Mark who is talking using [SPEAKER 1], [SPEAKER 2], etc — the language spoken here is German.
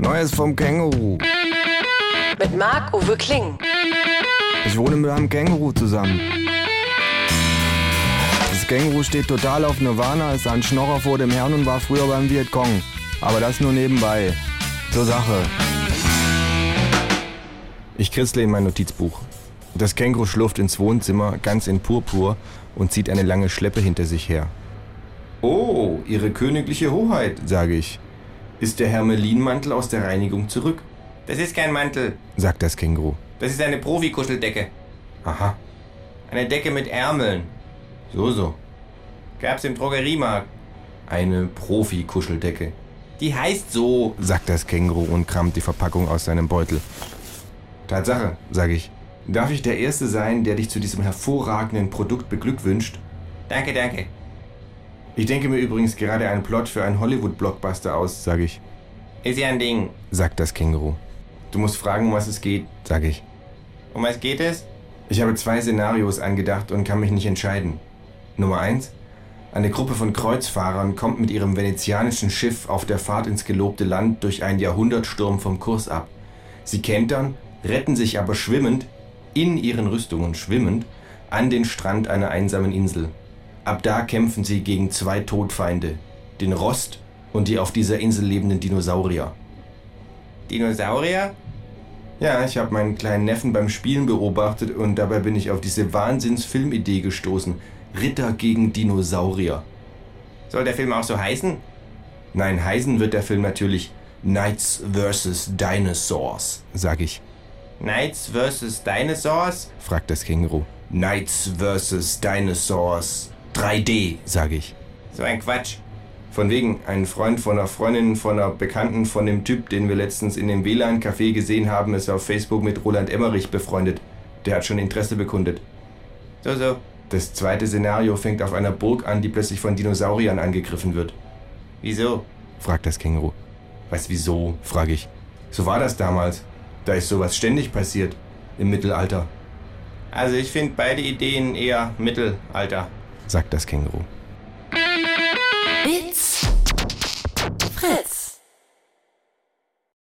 [SPEAKER 1] Neues vom Känguru.
[SPEAKER 2] Mit Marc-Uwe Kling.
[SPEAKER 1] Ich wohne mit einem Känguru zusammen. Das Känguru steht total auf Nirvana, ist ein Schnorrer vor dem Herrn und war früher beim Vietcong. Aber das nur nebenbei. Zur Sache. Ich kritzle in mein Notizbuch. Das Känguru schlurft ins Wohnzimmer, ganz in Purpur, und zieht eine lange Schleppe hinter sich her. Oh, Ihre königliche Hoheit, sage ich. Ist der Hermelinmantel aus der Reinigung zurück?
[SPEAKER 3] Das ist kein Mantel.
[SPEAKER 1] sagt das Känguru.
[SPEAKER 3] Das ist eine Profikuscheldecke.
[SPEAKER 1] Aha,
[SPEAKER 3] Eine Decke mit Ärmeln.
[SPEAKER 1] so, so.
[SPEAKER 3] Gab's im Drogeriemarkt.
[SPEAKER 1] Eine Profi-Kuscheldecke,
[SPEAKER 3] Die heißt so.
[SPEAKER 1] sagt das Känguru und kramt die Verpackung aus seinem Beutel. Tatsache, sage ich. Darf ich der Erste sein, der dich zu diesem hervorragenden Produkt beglückwünscht?
[SPEAKER 3] Danke, danke.
[SPEAKER 1] Ich denke mir übrigens gerade einen Plot für einen Hollywood-Blockbuster aus, sage ich.
[SPEAKER 3] Ist ja ein Ding.
[SPEAKER 1] sagt das Känguru. Du musst fragen, um was es geht, sage ich.
[SPEAKER 3] Um was geht es?
[SPEAKER 1] Ich habe zwei Szenarios angedacht und kann mich nicht entscheiden. Nummer eins: Eine Gruppe von Kreuzfahrern kommt mit ihrem venezianischen Schiff auf der Fahrt ins gelobte Land durch einen Jahrhundertsturm vom Kurs ab. Sie kentern, retten sich aber schwimmend, in ihren Rüstungen schwimmend, an den Strand einer einsamen Insel. Ab da kämpfen sie gegen zwei Todfeinde, den Rost und die auf dieser Insel lebenden Dinosaurier.
[SPEAKER 3] Dinosaurier?
[SPEAKER 1] Ja, ich habe meinen kleinen Neffen beim Spielen beobachtet und dabei bin ich auf diese Wahnsinnsfilmidee gestoßen. Ritter gegen Dinosaurier.
[SPEAKER 3] Soll der Film auch so heißen?
[SPEAKER 1] Nein, heißen wird der Film natürlich Knights vs. Dinosaurs, sag ich.
[SPEAKER 3] Knights vs. Dinosaurs?
[SPEAKER 1] fragt das Känguru. Knights vs. Dinosaurs 3D, sag ich.
[SPEAKER 3] So ein Quatsch.
[SPEAKER 1] Von wegen, ein Freund von einer Freundin, von einer Bekannten, von dem Typ, den wir letztens in dem WLAN-Café gesehen haben, ist auf Facebook mit Roland Emmerich befreundet. Der hat schon Interesse bekundet.
[SPEAKER 3] So, so.
[SPEAKER 1] Das zweite Szenario fängt auf einer Burg an, die plötzlich von Dinosauriern angegriffen wird,
[SPEAKER 3] Wieso?
[SPEAKER 1] fragt das Känguru. Was wieso, frage ich. So war das damals. Da ist sowas ständig passiert. Im Mittelalter,
[SPEAKER 3] Also ich finde beide Ideen eher Mittelalter.
[SPEAKER 1] sagt das Känguru.